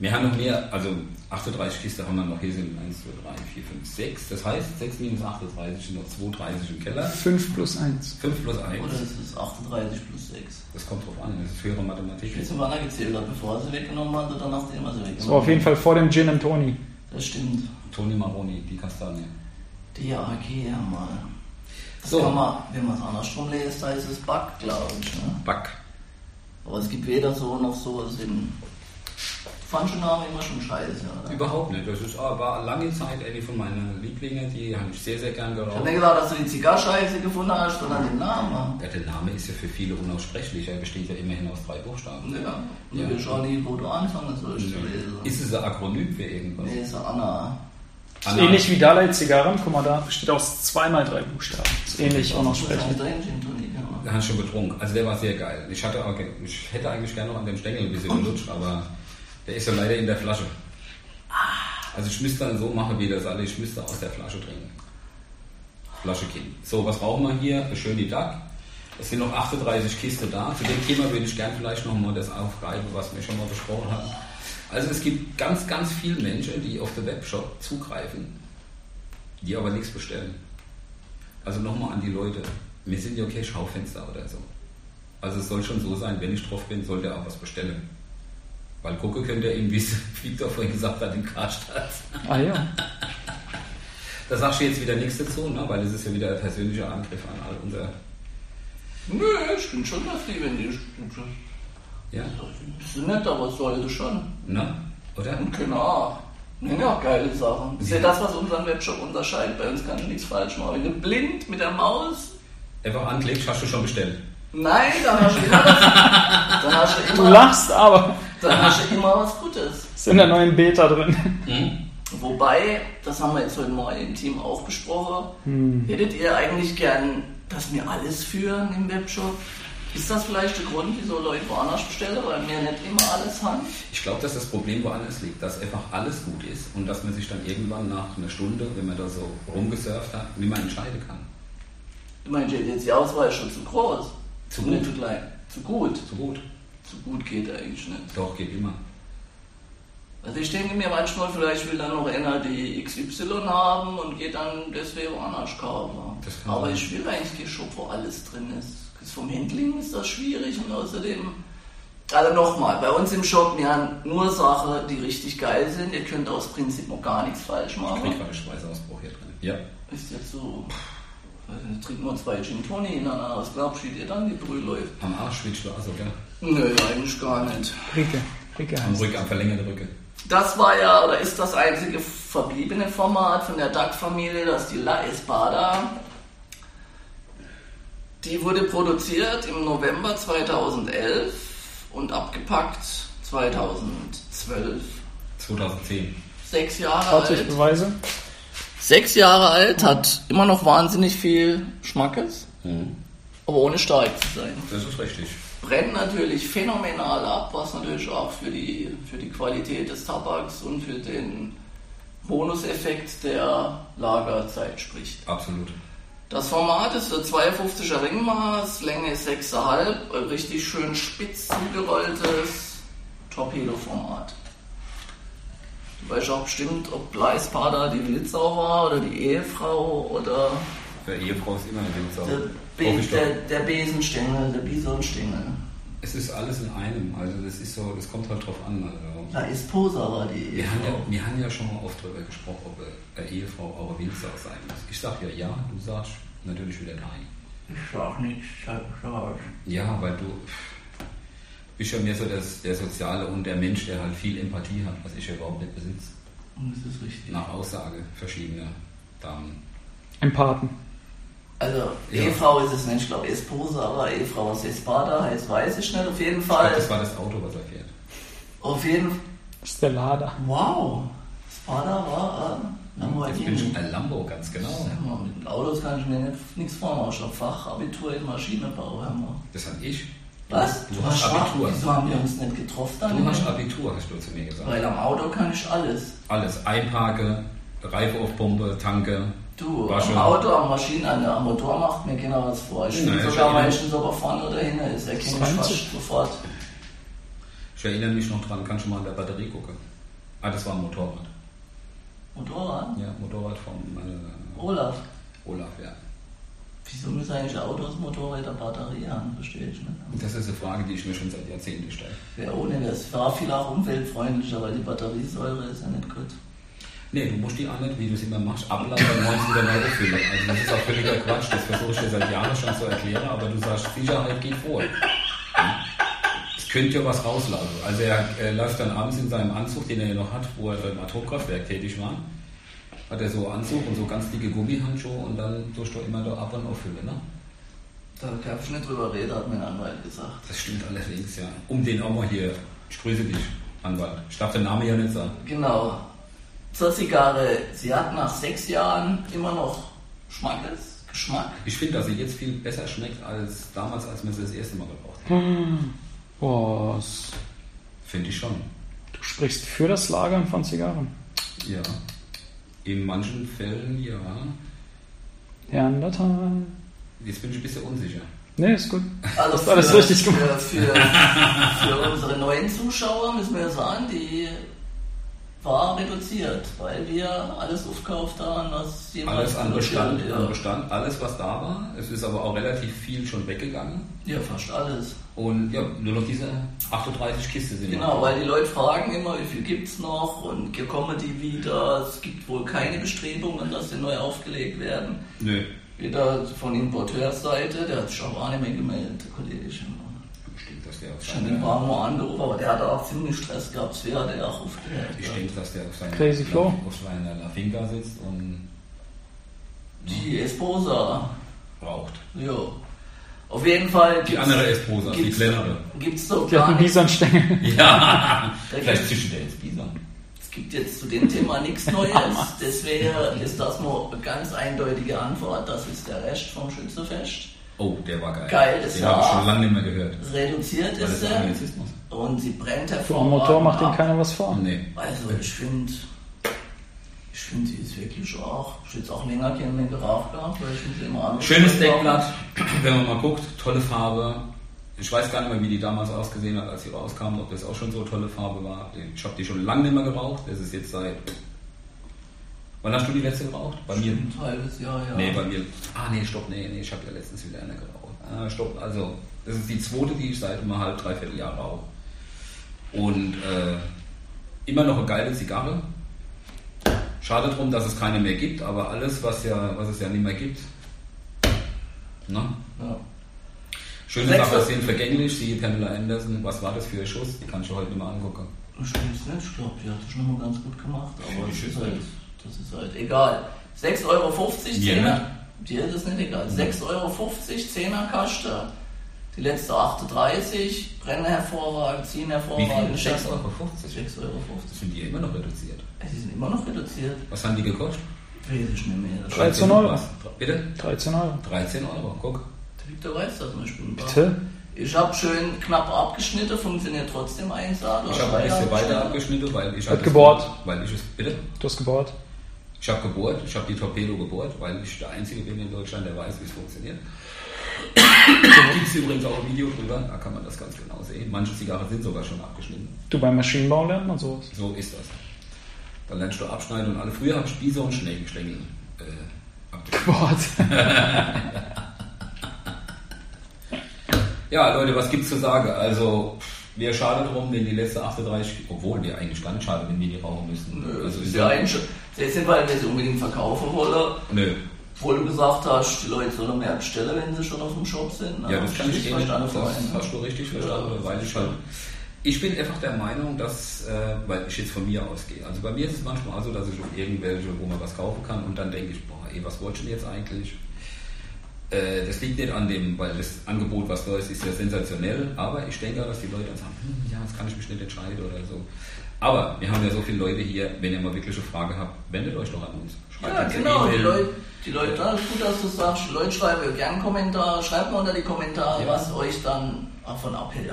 Speaker 1: Wir haben noch mehr, also 38 Kiste haben wir noch. Hier sind 1, 2, 3, 4, 5, 6. Das heißt, 6 minus 38 sind noch 32 im Keller.
Speaker 3: 5 plus 1.
Speaker 1: 5 plus
Speaker 2: Oder
Speaker 1: 1.
Speaker 2: ist es 38 plus 6?
Speaker 1: Das kommt drauf an, das ist höhere Mathematik.
Speaker 2: Ich weiß nicht, wann er gezählt hat, bevor er sie weggenommen hat oder nachdem er sie weggenommen
Speaker 3: Das war auf jeden
Speaker 2: hat.
Speaker 3: Fall vor dem Gin and Tony.
Speaker 1: Ah,
Speaker 2: Das stimmt.
Speaker 1: Toni Maroni, die Kastanie.
Speaker 2: DAG, ja mal. Das
Speaker 1: So.
Speaker 2: kann man, wenn man es andersrum liest, heißt es Bug, glaube ich. Ne?
Speaker 1: Back.
Speaker 2: Aber es gibt weder so noch so Sinn. Function-Namen immer schon scheiße. Oder?
Speaker 1: Überhaupt nicht. Das ist, ah, war lange Zeit eine von meinen Lieblingen, die habe ich sehr, sehr gern
Speaker 2: Ich hab
Speaker 1: geraucht.
Speaker 2: mir gedacht, dass du die Zigarre scheiße gefunden hast, sondern den Namen.
Speaker 1: Ja, der Name ist ja für viele unaussprechlich. Er besteht ja immerhin aus drei Buchstaben. ne?
Speaker 2: Ja. Und
Speaker 1: Ja.
Speaker 2: wir schauen nicht, wo du anfangen sollst zu lesen.
Speaker 1: Ist es ein Akronym für irgendwas?
Speaker 2: Nee, ist Anna.
Speaker 3: Ist
Speaker 1: Anna-
Speaker 3: ähnlich wie Dalai Zigarren. Guck mal, da besteht aus zweimal drei Buchstaben. Ist ähnlich auch noch
Speaker 2: Das
Speaker 3: sprechen.
Speaker 2: ist ein Gin Tonic, ja.
Speaker 1: Da hast du schon getrunken. Also der war sehr geil. Ich, hatte, auch ge- ich hätte eigentlich gerne noch an dem Stängel ein bisschen gelutscht, aber der ist ja leider in der Flasche. Also ich müsste dann so machen wie das alle. Ich müsste aus der Flasche trinken. Flasche Kind. So, was brauchen wir hier? Eine schöne Duck. Es sind noch 38 Kisten da. Zu dem Thema würde ich gerne vielleicht nochmal das aufgreifen, was wir schon mal besprochen hatten. Also es gibt ganz, ganz viele Menschen, die auf den Webshop zugreifen, die aber nichts bestellen. Also nochmal an die Leute. Wir sind ja okay Schaufenster oder so. Also es soll schon so sein, wenn ich drauf bin, soll der auch was bestellen. Weil gucke könnt ihr eben, wie es Victor vorhin gesagt hat, im Karstadt.
Speaker 3: Ah ja.
Speaker 1: Da sagst du jetzt wieder nichts dazu, ne? weil es ist ja wieder ein persönlicher Angriff an all unser...
Speaker 2: Nö, ich bin schon dafür, wenn die.
Speaker 1: Ja,
Speaker 2: Das ist nett, aber es sollte schon.
Speaker 1: ne? Oder?
Speaker 2: Und genau. Ja, ja, geile Sachen. Das ist ja das, was unseren Webshop unterscheidet. Bei uns kann ich nichts falsch machen. Wenn du blind mit der Maus.
Speaker 1: Einfach anklickst, hast du schon bestellt.
Speaker 2: Nein, dann hast du immer, dann hast du
Speaker 3: Du
Speaker 2: immer,
Speaker 3: lachst, aber
Speaker 2: dann hast du immer was Gutes.
Speaker 3: ist in der neuen Beta drin.
Speaker 1: Hm?
Speaker 2: Wobei, das haben wir jetzt heute Morgen im Team auch besprochen.
Speaker 1: Hm.
Speaker 2: Hättet ihr eigentlich gern, dass wir alles führen im Webshop? Ist das vielleicht der Grund, wieso Leute woanders bestellen, weil wir nicht immer alles haben?
Speaker 1: Ich glaube, dass das Problem woanders liegt, dass einfach alles gut ist und dass man sich dann irgendwann nach einer Stunde, wenn man da so rumgesurft hat, nicht mehr entscheiden kann.
Speaker 2: Ich meine, jetzt die Auswahl ist schon zu groß.
Speaker 1: Zu
Speaker 2: Nicht
Speaker 1: gut.
Speaker 2: zu klein. Zu gut.
Speaker 1: So gut.
Speaker 2: Zu gut geht eigentlich nicht.
Speaker 1: Doch, geht immer.
Speaker 2: Also ich denke mir manchmal, vielleicht will dann noch einer die XY haben und geht dann deswegen woanders kaufen.
Speaker 1: Das kann
Speaker 2: Aber
Speaker 1: sein.
Speaker 2: ich will eigentlich den Shop, wo alles drin ist. Das vom Handling ist das schwierig und außerdem... Also nochmal, bei uns im Shop, wir haben nur Sachen, die richtig geil sind. Ihr könnt aus Prinzip noch gar nichts falsch
Speaker 1: Ich
Speaker 2: machen.
Speaker 1: krieg gerade Speiseausbruch hier drin. Ja.
Speaker 2: Ist jetzt so... weiß nicht, Trinken wir zwei Gin Toni ineinander, was glaubst du, wie dir dann die Brühe läuft?
Speaker 1: Am Arsch also, wird Spaß, oder?
Speaker 2: Nö, eigentlich gar nicht.
Speaker 3: Ricke. Ricke
Speaker 1: Am
Speaker 3: heißt.
Speaker 1: Rücken, am verlängerten Rücken.
Speaker 2: Das war ja oder ist das einzige verbliebene Format von der Duck-Familie, das ist die La Espada. Die wurde produziert im November 2011 und abgepackt 2012.
Speaker 1: 2010.
Speaker 2: Sechs Jahre alt.
Speaker 3: 40 Beweise.
Speaker 2: Sechs Jahre alt, hat immer noch wahnsinnig viel Schmackes, aber ohne stark zu sein.
Speaker 1: Das ist richtig.
Speaker 2: brennt natürlich phänomenal ab, was natürlich auch für die, für die Qualität des Tabaks und für den Bonuseffekt der Lagerzeit spricht.
Speaker 1: Absolut.
Speaker 2: Das Format ist für 52er Ringmaß, Länge ist 6,5, ein richtig schön spitz zugerolltes Torpedo-Format. Du weißt auch bestimmt, ob Bleispader die Wildsau war oder die Ehefrau oder
Speaker 1: Für Ehefrau ist immer ein Winzer.
Speaker 2: der,
Speaker 1: Hoffe
Speaker 2: Be
Speaker 1: ich
Speaker 2: der,
Speaker 1: doch.
Speaker 2: der Besenstängel, der Bisonstängel.
Speaker 1: Es ist alles in einem. Also das ist so, das kommt halt drauf an. Also.
Speaker 2: Da ist Posa war die
Speaker 1: Wir, haben
Speaker 2: Ehefrau.
Speaker 1: ja, wir haben ja schon mal oft darüber gesprochen, ob eine Ehefrau auch ein Winzer sein muss. Ich sag ja ja, du sagst natürlich wieder nein.
Speaker 2: Ich sag nichts, ich sag Bescheid.
Speaker 1: Ja, weil du bist ja mehr so das, der Soziale und der Mensch, der halt viel Empathie hat, was ich ja überhaupt nicht besitze.
Speaker 2: Und das ist richtig.
Speaker 1: Nach Aussage verschiedener Damen.
Speaker 3: Empathen.
Speaker 2: Also,
Speaker 1: Ja.
Speaker 2: Ehefrau ist es nicht, ich glaube, Esposa, aber Ehefrau aus Espada heißt, weiß ich nicht, auf jeden
Speaker 1: Ich
Speaker 2: Fall.
Speaker 1: glaub, das war das Auto, was er fährt.
Speaker 2: Auf jeden Fall.
Speaker 3: Das ist der Lader.
Speaker 2: Wow! Espada war äh,
Speaker 1: Jetzt bin ich
Speaker 2: Lamborghini.
Speaker 1: bei Lambo, ganz genau.
Speaker 2: Sag mal, Mit den Autos kann ich mir nicht- nichts vormachen. Ich habe Fachabitur in Maschinenbau. Hör mal.
Speaker 1: Das hat ich.
Speaker 2: Was?
Speaker 1: Du hast Abitur.
Speaker 2: Wieso haben wir uns nicht getroffen? dann?
Speaker 1: Du hast Abitur, hast du zu mir gesagt.
Speaker 2: Weil am Auto kann ich alles.
Speaker 1: Alles. Einparke, Reife auf Pumpe, Tanke.
Speaker 2: Du,
Speaker 1: War schon.
Speaker 2: am Auto, am Maschinen, an der- am Motor macht mir genau was vor. Ich
Speaker 1: Nein,
Speaker 2: bin
Speaker 1: ich
Speaker 2: sogar
Speaker 1: erinnere-
Speaker 2: meistens, ob er vorne oder hinten ist. Er kennt mich
Speaker 3: 20.
Speaker 2: fast sofort.
Speaker 1: Ich erinnere mich noch dran, kann schon mal an der Batterie gucken. Ah, das war ein Motorrad.
Speaker 2: Motorrad?
Speaker 1: Ja, Motorrad vom äh,
Speaker 2: Olaf.
Speaker 1: Olaf, ja.
Speaker 2: Wieso müssen eigentlich Autos Motorräder Batterie haben? Verstehe ich nicht.
Speaker 1: Und das ist eine Frage, die ich mir schon seit Jahrzehnten stelle.
Speaker 2: Wäre ohne das. War viel auch umweltfreundlicher, weil die Batteriesäure ist ja nicht gut.
Speaker 1: Nee, du musst die auch nicht, wie du es immer machst, abladen und dann wieder neu auffüllen. Also das ist auch völliger Quatsch, das versuche ich dir seit Jahren schon zu erklären, aber du sagst, Sicherheit geht vor. Es könnte ja was rauslaufen. Also er, er läuft dann abends in seinem Anzug, den er ja noch hat, wo er beim Atomkraftwerk tätig war, hat er so Anzug und so ganz dicke Gummihandschuhe und dann tust du immer da ab und auf Höhe, ne?
Speaker 2: Da kann ich nicht drüber reden, hat mein Anwalt gesagt.
Speaker 1: Das stimmt allerdings, ja. Um den auch mal hier. Ich grüße dich, Anwalt. Ich darf den Namen ja nicht sagen.
Speaker 2: Genau. Zur Zigarre. Sie hat nach sechs Jahren immer noch Schmackes, Geschmack.
Speaker 1: Ich finde, dass sie jetzt viel besser schmeckt als damals, als wir sie das erste Mal gebraucht haben.
Speaker 3: Was?
Speaker 1: Finde ich schon.
Speaker 3: Du sprichst für das Lagern von Zigarren.
Speaker 1: Ja. In manchen Fällen ja.
Speaker 3: Ja, in der Tat.
Speaker 1: Jetzt bin ich ein bisschen unsicher.
Speaker 3: Nee, ist gut.
Speaker 2: Also
Speaker 3: Das war alles richtig gemacht.
Speaker 2: Für, für, für unsere neuen Zuschauer müssen wir sagen, die war reduziert, weil wir alles aufgekauft haben, was
Speaker 1: Alles an
Speaker 2: produziert
Speaker 1: Bestand,
Speaker 2: wird.
Speaker 1: an Bestand, alles was da war. Es ist aber auch relativ viel schon weggegangen.
Speaker 2: Ja, fast alles.
Speaker 1: Und ja, nur noch diese 38 Kiste sind
Speaker 2: Genau, weil die Leute fragen immer, wie viel gibt's noch und hier kommen die wieder. Es gibt wohl keine Bestrebungen, dass sie neu aufgelegt werden.
Speaker 1: noch. Nö,
Speaker 2: Wieder von Importeursseite, der hat sich auch eine Menge gemeldet, der Kollege schon.
Speaker 1: bestimmt, dass der auf
Speaker 2: Ich habe ein
Speaker 1: seine,
Speaker 2: paar Mal angerufen, aber der hatte auch ziemlich Stress gehabt, deswegen hat er auch aufgehört.
Speaker 1: bestimmt, dass der auf seiner,
Speaker 3: Crazy Flo.
Speaker 1: auf seiner La Finca sitzt und
Speaker 2: Die Esposa,
Speaker 1: raucht.
Speaker 2: ja. Auf jeden Fall
Speaker 1: Die andere Esposa, die
Speaker 2: gibt's-
Speaker 1: kleinere.
Speaker 2: gibt's doch
Speaker 3: Die hat
Speaker 1: Ah,
Speaker 2: gar
Speaker 3: einen
Speaker 2: nichts.
Speaker 3: Bisonstängel.
Speaker 1: Ja,
Speaker 2: Da
Speaker 1: vielleicht
Speaker 2: gibt's-
Speaker 1: zwischen der ins Bison.
Speaker 2: Es gibt jetzt zu dem Thema nichts Neues, deswegen ist das nur eine ganz eindeutige Antwort. Das ist der Rest vom Schützefest.
Speaker 1: Oh, der war geil.
Speaker 2: Geil, das
Speaker 1: Den habe ich
Speaker 2: war-
Speaker 1: schon lange nicht mehr gehört.
Speaker 2: Reduziert
Speaker 1: Weil das
Speaker 2: ist äh,
Speaker 1: war
Speaker 2: er
Speaker 1: Anglizismus. Oh,
Speaker 2: und sie brennt
Speaker 3: So am
Speaker 2: hervorragend.
Speaker 3: Motor macht dem
Speaker 2: ab.
Speaker 3: keiner was vor.
Speaker 1: ah. Nee.
Speaker 2: Also ich finde, ich finde, sie ist wirklich auch, ich habe jetzt auch länger keinen mehr geraucht gehabt, weil ich mich immer angeschaut
Speaker 1: Schönes
Speaker 2: habe.
Speaker 1: Deckblatt, wenn man mal guckt, tolle Farbe. Ich weiß gar nicht mehr, wie die damals ausgesehen hat, als sie rauskam, ob das auch schon so eine tolle Farbe war. Ich habe die schon lange nicht mehr geraucht. Das ist jetzt seit. Wann hast du die letzte geraucht? Bei mir?
Speaker 2: Ein halbes Jahr, ja.
Speaker 1: Nee, bei mir. Ah, nee, stopp, nee, nee, ich habe ja letztens wieder eine geraucht. Ah, stopp, also, das ist die zweite, die ich seit immer halb, dreiviertel Jahr rauche. Und äh, immer noch eine geile Zigarre. Schade drum, dass es keine mehr gibt, aber alles, was, ja, was es ja nicht mehr gibt. Ne?
Speaker 2: ja.
Speaker 1: Schöne
Speaker 2: Sechste-
Speaker 1: Sachen sind vergänglich, sie Pamela Anderson, was war das für ein Schuss? Die kann ich heute nicht mehr angucken.
Speaker 2: Ich weiß nicht, ich glaube, die hat das nochmal ganz gut gemacht, aber das
Speaker 1: Ich
Speaker 2: ist
Speaker 1: weiß
Speaker 2: halt, das ist halt egal. 6,50 Euro,
Speaker 1: Mir
Speaker 2: 10er, dir ist es nicht egal. 6,50 Euro, 10er Kaste, die letzte 8,30, brennen hervorragend, ziehen
Speaker 1: Wie
Speaker 2: hervorragend.
Speaker 1: viel? 6,50 Euro.
Speaker 2: 6,50 Euro.
Speaker 1: Das sind die immer noch reduziert.
Speaker 2: Die sind immer noch reduziert.
Speaker 1: Was haben die gekostet?
Speaker 2: Weiß ich nicht mehr. Das
Speaker 3: 13 Euro.
Speaker 1: Was? Bitte?
Speaker 3: 13 Euro.
Speaker 1: 13 Euro, guck.
Speaker 2: Der Victor weiß das nicht. bin da.
Speaker 3: Bitte?
Speaker 2: Ich habe schön knapp abgeschnitten, funktioniert trotzdem 1 A.
Speaker 1: Ich habe ein bisschen weiter abgeschnitten, weil ich
Speaker 3: Hat gebohrt.
Speaker 1: Weil ich es bitte.
Speaker 3: Du hast gebohrt.
Speaker 1: Ich habe gebohrt, ich habe die Torpedo gebohrt, weil ich der Einzige bin in Deutschland, der weiß, wie es funktioniert. Gibt es übrigens auch ein Video drüber, da kann man das ganz genau sehen. Manche Zigarren sind sogar schon abgeschnitten.
Speaker 3: Du beim Maschinenbau lernt man sowas.
Speaker 1: So ist das. Dann lernst du abschneiden und alle. Früher habe ich Bison und Schneckenstängel äh, abgeschnitten.
Speaker 3: Gebohrt.
Speaker 1: Ja, Leute, was gibt's zu sagen? Also, wäre schade drum, wenn die letzte 38, obwohl wir eigentlich gar nicht schade, wenn wir die rauchen müssen.
Speaker 2: Nö,
Speaker 1: also
Speaker 2: das ist ja eigentlich. Jetzt sind wir, weil wir sie unbedingt verkaufen wollen.
Speaker 1: Nö,
Speaker 2: Obwohl du gesagt hast, die Leute sollen mehr bestellen, wenn sie schon auf dem Shop sind. ne?
Speaker 1: Ja, das kann ich eh nicht.
Speaker 2: verstanden
Speaker 1: Das
Speaker 2: vorhin.
Speaker 1: hast du richtig verstanden, weil ich halt. Ich bin einfach der Meinung, dass, äh, weil ich jetzt von mir ausgehe. Also bei mir ist es manchmal auch so, dass ich auf irgendwelche, wo man was kaufen kann und dann denke ich, boah, ey, was wollt ihr denn jetzt eigentlich? Äh, das liegt nicht an dem, weil das Angebot, was da ist, ist ja sensationell, aber ich denke, auch, dass die Leute dann sagen, hm, ja, jetzt kann ich mich nicht entscheiden oder so. Aber wir haben ja so viele Leute hier, wenn ihr mal wirklich eine Frage habt, wendet euch doch an uns. Schreibt
Speaker 2: Ja,
Speaker 1: uns eine
Speaker 2: genau, die
Speaker 1: E-Mail.
Speaker 2: Leute, die Leute, das ist gut, dass du sagst, die Leute schreiben gern Kommentare, schreibt mal unter die Kommentare,
Speaker 1: Ja.
Speaker 2: was euch dann davon abhält.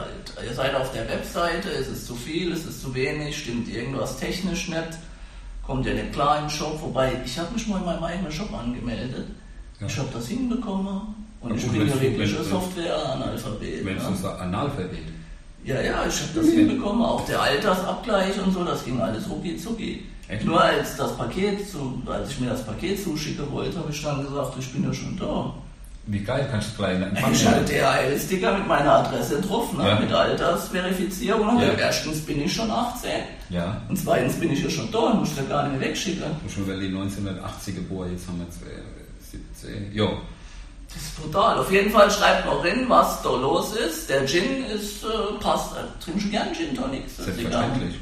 Speaker 2: Ihr seid auf der Webseite, es ist zu viel, es ist zu wenig, stimmt irgendwas technisch nicht, kommt ihr nicht klar im Shop, wobei ich habe mich mal in meinem eigenen Shop angemeldet,
Speaker 1: Ja.
Speaker 2: ich habe das hinbekommen und
Speaker 1: Ja,
Speaker 2: ich
Speaker 1: gut,
Speaker 2: bin
Speaker 1: wenn's-
Speaker 2: ja wirklich
Speaker 1: wenn's-
Speaker 2: Software, Analphabet.
Speaker 1: Wenn es
Speaker 2: ne?
Speaker 1: uns da Analphabet.
Speaker 2: Ja, ja, ich habe das hinbekommen. Auch der Altersabgleich und so, das ging alles rucki zucki.
Speaker 1: Echt?
Speaker 2: Nur als das Paket zu, als ich mir das Paket zuschicken wollte, habe ich dann gesagt, ich bin ja schon da.
Speaker 1: Wie geil, kannst du gleich in Empfang
Speaker 2: Ich
Speaker 1: nehmen.
Speaker 2: hatte DHL-Sticker mit meiner Adresse drauf, ne?
Speaker 1: Ja.
Speaker 2: mit Altersverifizierung. Und
Speaker 1: Ja.
Speaker 2: Erstens bin ich schon 18
Speaker 1: Ja.
Speaker 2: und zweitens bin ich ja schon da und muss da gar nicht mehr wegschicken.
Speaker 1: Ich bin schon überlegt, 1980 geboren, jetzt haben wir zwei, äh, 17. Jo.
Speaker 2: Das ist brutal. Auf jeden Fall schreibt noch hin, was da los ist. Der Gin ist, äh, passt. Äh, trinkst du gern Gin Tonics? Das ist
Speaker 1: Selbstverständlich.
Speaker 2: egal.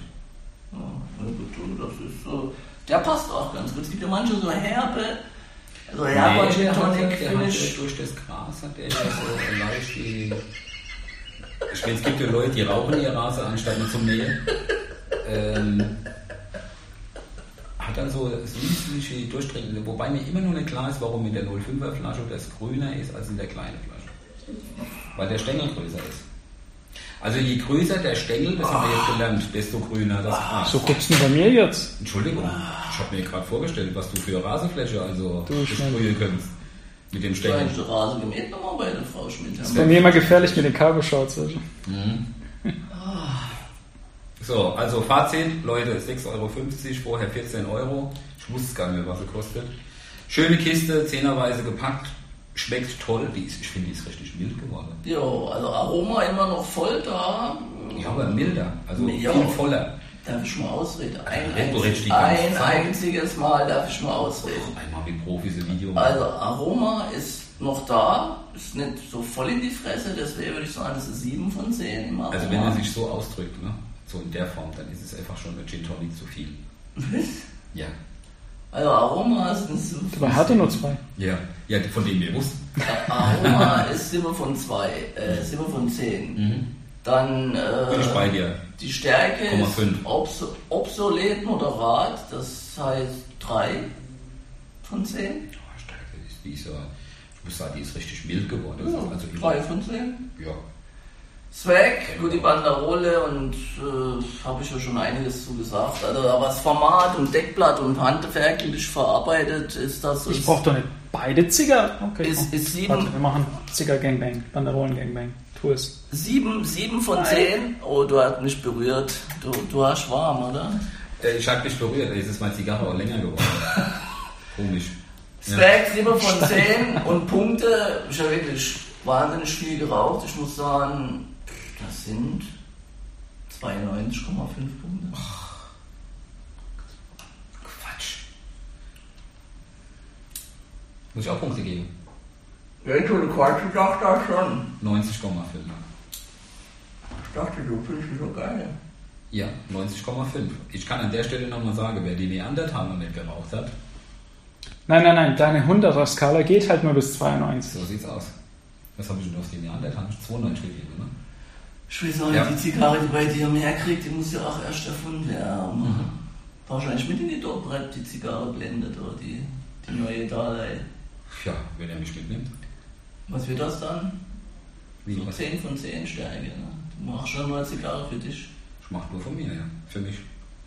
Speaker 2: Ja, na gut, du, das ist so. Der passt auch ganz gut. Es gibt ja manche so herbe, so herber
Speaker 1: Nee,
Speaker 2: Gin
Speaker 1: der hat,
Speaker 2: Tonic,
Speaker 1: der
Speaker 2: finde
Speaker 1: hat
Speaker 2: ich.
Speaker 1: durch das Gras hat er so leicht die. Ich meine, es gibt ja Leute, die rauchen ihr Rase anstatt mal zum Mähen. Ähm, hat dann so süßliche Durchdringende, wobei mir immer noch nicht klar ist, warum in der 05er Flasche das grüner ist als in der kleinen Flasche. Weil der Stängel größer ist. Also je größer der Stängel, das haben wir jetzt gelernt, desto grüner das Gras.
Speaker 3: So guckst du bei mir jetzt.
Speaker 1: Entschuldigung, ich habe mir gerade vorgestellt, was du für Rasenfläche also
Speaker 3: Du Schwein.
Speaker 1: besprühen könntest. Mit dem
Speaker 2: Ich habe
Speaker 1: Stecken.
Speaker 2: eigentlich den Rasen gemäht nochmal bei der Frau Schmidt.
Speaker 3: Bei mir immer gefährlich mit den Kabelshorts. Also.
Speaker 1: So, also Fazit, Leute, 6,50 Euro, vorher 14 Euro. Ich wusste gar nicht mehr, was sie kostet. Schöne Kiste, zehnerweise gepackt. Schmeckt toll. Die ist, ich finde, die ist richtig mild geworden.
Speaker 2: Jo, also Aroma immer noch voll da.
Speaker 1: Ja, aber milder. Also
Speaker 2: Ja.
Speaker 1: viel voller.
Speaker 2: Darf ich mal ausreden? Ein,
Speaker 1: Red Bull
Speaker 2: einzig,
Speaker 1: Red Bull
Speaker 2: ein
Speaker 1: Red Bull.
Speaker 2: einziges Mal darf ich mal ausreden.
Speaker 1: Einmal mit Profis im Video.
Speaker 2: Also Aroma ist noch da, ist nicht so voll in die Fresse, deswegen würde ich sagen, das ist 7 von 10 im Aroma.
Speaker 1: also wenn er sich so ausdrückt, ne? so in der Form, dann ist es einfach schon ein Gin Tonic zu viel. Ja.
Speaker 2: Also Aroma ist ein Sieben
Speaker 3: Dabei
Speaker 2: von
Speaker 3: hat er nur zwei.
Speaker 1: Ja. Ja, von dem wir wussten.
Speaker 2: Aroma ist 7 von 2, äh, 7 von 10.
Speaker 3: Mhm.
Speaker 2: Dann
Speaker 1: Bin ich bei
Speaker 2: äh,
Speaker 1: dir.
Speaker 2: die Stärke ist
Speaker 1: 0,5.
Speaker 2: obs obsolet moderat, das heißt 3 von 10.
Speaker 1: Oh, stark, das ist- Die ist, ja- ich muss sagen, die ist richtig mild geworden. Das ist also
Speaker 2: 3 von 10.
Speaker 1: Ja.
Speaker 2: Zweck, gut die Banderole und äh, habe ich ja schon einiges zu gesagt. Also was Format und Deckblatt und handwerklich verarbeitet ist das
Speaker 3: Ich
Speaker 2: ist-
Speaker 3: brauche doch nicht beide Zigar. Okay,
Speaker 2: Ist-
Speaker 3: komm.
Speaker 2: ist sieben-
Speaker 3: Warte, wir machen Zigar-Gangbang. Banderolen-Gangbang. Tu es.
Speaker 2: sieben, sieben von zehn. Oh, du hast mich berührt. Du, du hast warm, oder?
Speaker 1: Äh, Ich habe mich berührt, jetzt ist meine Zigarre auch länger geworden. Komisch.
Speaker 2: Zweck, sieben von zehn und Punkte. Ich habe wirklich wahnsinnig viel geraucht. Ich muss sagen, das sind 92,5 Punkte.
Speaker 1: Quatsch. Muss ich auch Punkte geben?
Speaker 2: Wenn du eine Quatsch gedacht hast, schon.
Speaker 1: 90,5.
Speaker 2: Ich dachte, du findest mich so geil.
Speaker 1: Ja, 90,5. Ich kann an der Stelle nochmal sagen, wer die Neandertaler nicht geraucht hat,
Speaker 3: Nein, nein, nein. Deine 100er-Skala geht halt nur bis 92.
Speaker 1: so sieht's aus. Was habe ich denn auf die Neandertaler? 92 gegeben, ne?
Speaker 2: Ich weiß auch nicht,
Speaker 1: Ja.
Speaker 2: die Zigarre, die bei dir mehr kriegt, die muss ja auch erst erfunden werden.
Speaker 1: Mhm.
Speaker 2: Wahrscheinlich mit in die Dorbrett, die Zigarre blendet oder die, die neue Dalei.
Speaker 1: Ja, wenn er mich mitnimmt.
Speaker 2: Was wird das dann?
Speaker 1: Wie,
Speaker 2: so
Speaker 1: was?
Speaker 2: 10 von 10 Stärke. Ne? Du machst schon mal Zigarre für dich.
Speaker 1: Ich mach nur von mir, ja. Für mich.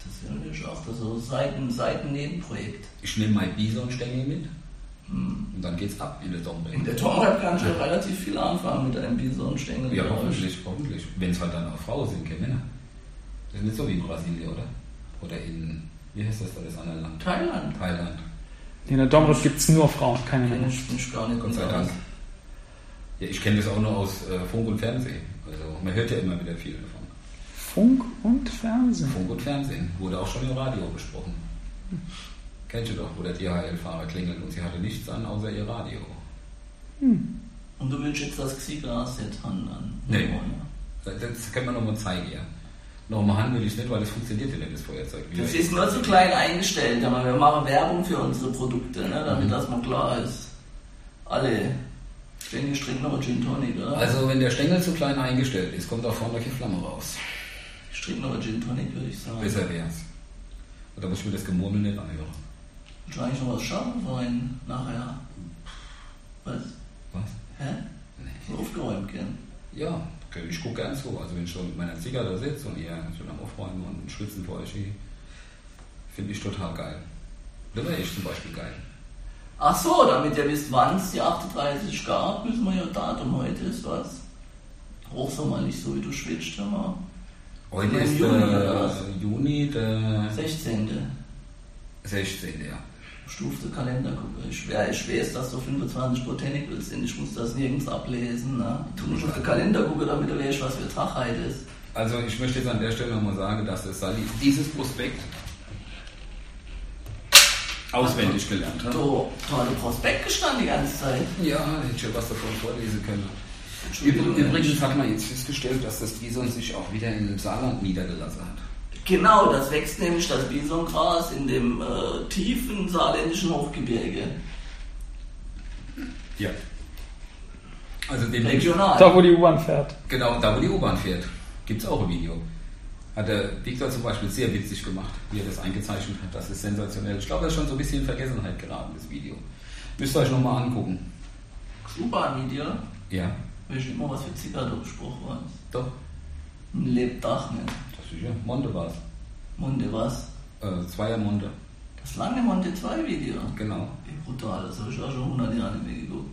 Speaker 2: Das wäre natürlich auch das so Seiten, Seitennebenprojekt.
Speaker 1: Ich nehme mein Bison-Stängel mit und dann geht's ab in der Dombe.
Speaker 2: In der Dorbrett kannst du ja relativ viel anfangen mit einem Bisonstängel.
Speaker 1: Ja,
Speaker 2: glaub ich.
Speaker 1: hoffentlich, hoffentlich. Wenn es halt dann auch Frauen sind, keine Männer. Das ist nicht so wie in Brasilien, oder? Oder in, wie heißt das da, das andere Land?
Speaker 2: Thailand.
Speaker 1: Thailand.
Speaker 3: In der Domrep gibt es nur Frauen, keine
Speaker 2: Kenn
Speaker 3: Männer.
Speaker 2: ich mich gar nicht
Speaker 1: Gott sei
Speaker 2: aus.
Speaker 1: Dank. Ja, ich kenne das auch nur aus äh, Funk und Fernsehen. Also man hört ja immer wieder viel davon.
Speaker 3: Funk und Fernsehen.
Speaker 1: Funk und Fernsehen wurde auch schon im Radio besprochen. Kennst du doch, wo der DHL-Fahrer klingelt und sie hatte nichts an, außer ihr Radio.
Speaker 2: Und du willst jetzt das Xiglas jetzt handeln?
Speaker 1: Nee.
Speaker 2: Oder?
Speaker 1: Das können wir nochmal zeigen, ja. Nochmal haben will ich nicht, weil das funktioniert ja nicht, das Feuerzeug. Wie
Speaker 2: Das
Speaker 1: wir-
Speaker 2: ist nur zu klein eingestellt, aber wir machen Werbung für unsere Produkte, ne, damit
Speaker 1: Mhm.
Speaker 2: das mal klar ist. Alle. Ich denke, ich trinke noch einen Gin Tonic, oder?
Speaker 1: also wenn der Stängel zu klein eingestellt ist, kommt auch vorne die Flamme raus.
Speaker 2: ich trinke noch einen Gin Tonic, würde ich sagen.
Speaker 1: Besser wär's. Da muss ich mir das Gemurmel nicht anhören.
Speaker 2: Willst du eigentlich noch was schaffen wollen nachher? Was?
Speaker 1: Was?
Speaker 2: Hä? So aufgeräumt, gell?
Speaker 1: Ja, okay, ich gucke gern zu. Also wenn ich schon mit meiner Zigarre da sitze und ihr schon am Aufräumen und schwitzen für euch, finde ich total geil. Das wäre ich zum Beispiel geil.
Speaker 2: Ach so, damit ihr wisst, wann es die 38 gab, müssen wir ja Datum heute ist was. Hochsommer nicht so, wie du schwitzt, aber
Speaker 1: Heute
Speaker 2: Im
Speaker 1: ist
Speaker 2: Juni, oder
Speaker 1: der
Speaker 2: was?
Speaker 1: Juni der
Speaker 2: 16.
Speaker 1: 16. Ja.
Speaker 2: Stufte Kalender gucke. Ich, wär, ich weiß, dass du 25 Botanicals sind. Ich muss das nirgends ablesen. Ne? Du musst auf den Kalender gucken, damit du weißt, was für Tag heute ist.
Speaker 1: Also ich möchte jetzt an der Stelle nochmal sagen, dass es Sally dieses Prospekt Auswendig gelernt habe.
Speaker 2: So, da hat im Prospekt gestanden die ganze Zeit.
Speaker 1: Ja, hätte ich ja was davon vorlesen können. Übr- Übrigens hat man jetzt festgestellt, dass das Bison sich auch wieder im Saarland niedergelassen hat.
Speaker 2: Genau, das wächst nämlich das Bisongras in dem äh, tiefen saarländischen Hochgebirge.
Speaker 1: Ja. Also demnächst,
Speaker 2: Regional.
Speaker 3: Da, wo die U-Bahn fährt.
Speaker 1: genau, da wo die U-Bahn fährt, gibt es auch ein Video. Hat der Victor zum Beispiel sehr witzig gemacht, wie er das eingezeichnet hat. Das ist sensationell. Ich glaube, das ist schon so ein bisschen in Vergessenheit geraten, das Video. Müsst ihr euch nochmal angucken.
Speaker 2: U-Bahn-Video,
Speaker 1: Ja,
Speaker 2: will ich immer was für Zickerdurchspruch war.
Speaker 1: doch.
Speaker 2: Lebt doch nicht.
Speaker 1: Das ist ja Monte war es.
Speaker 2: Monte was?
Speaker 1: Äh, Zweier Monte,
Speaker 2: Das lange Monte 2 Video.
Speaker 1: genau.
Speaker 2: Wie brutal, das habe ich auch schon 100 Jahre nicht mehr geguckt.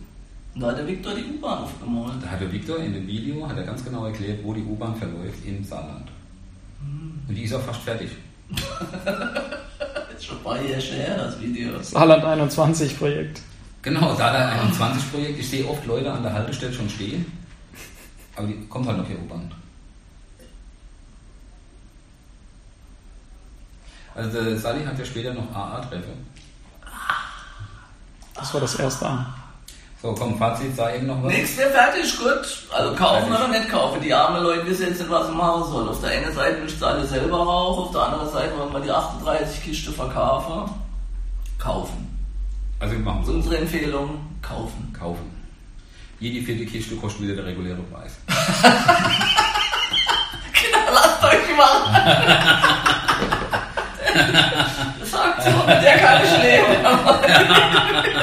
Speaker 2: Und da hat der Viktor die U-Bahn aufgemalt.
Speaker 1: Da hat der Victor in dem Video hat er ganz genau erklärt, wo die U-Bahn verläuft im Saarland. Und die ist auch fast fertig.
Speaker 2: Das ist schon ein paar Jahre her, das Video.
Speaker 3: Saarland 21 Projekt.
Speaker 1: Genau, Saarland 21 Projekt. Ich sehe oft Leute an der Haltestelle schon stehen, aber die kommt halt noch hier U-Bahn. Also der Sally hat ja später noch AA-Treffer.
Speaker 3: Das war das erste A.
Speaker 1: So, komm, Fazit, sei eben noch was.
Speaker 2: Nix mehr fertig, gut. Also kaufen oder nicht kaufen. Die armen Leute wissen jetzt nicht, was sie machen sollen. Auf der einen Seite müssen sie alle selber rauchen, auf der anderen Seite wollen wir die 38 Kiste verkaufen. Kaufen.
Speaker 1: Also wir machen
Speaker 2: Das
Speaker 1: so.
Speaker 2: ist unsere Empfehlung. Kaufen.
Speaker 1: Kaufen. Jede vierte Kiste kostet wieder der reguläre Preis.
Speaker 2: Kinder, lasst euch machen. Sagt so, mit der kann ich leben.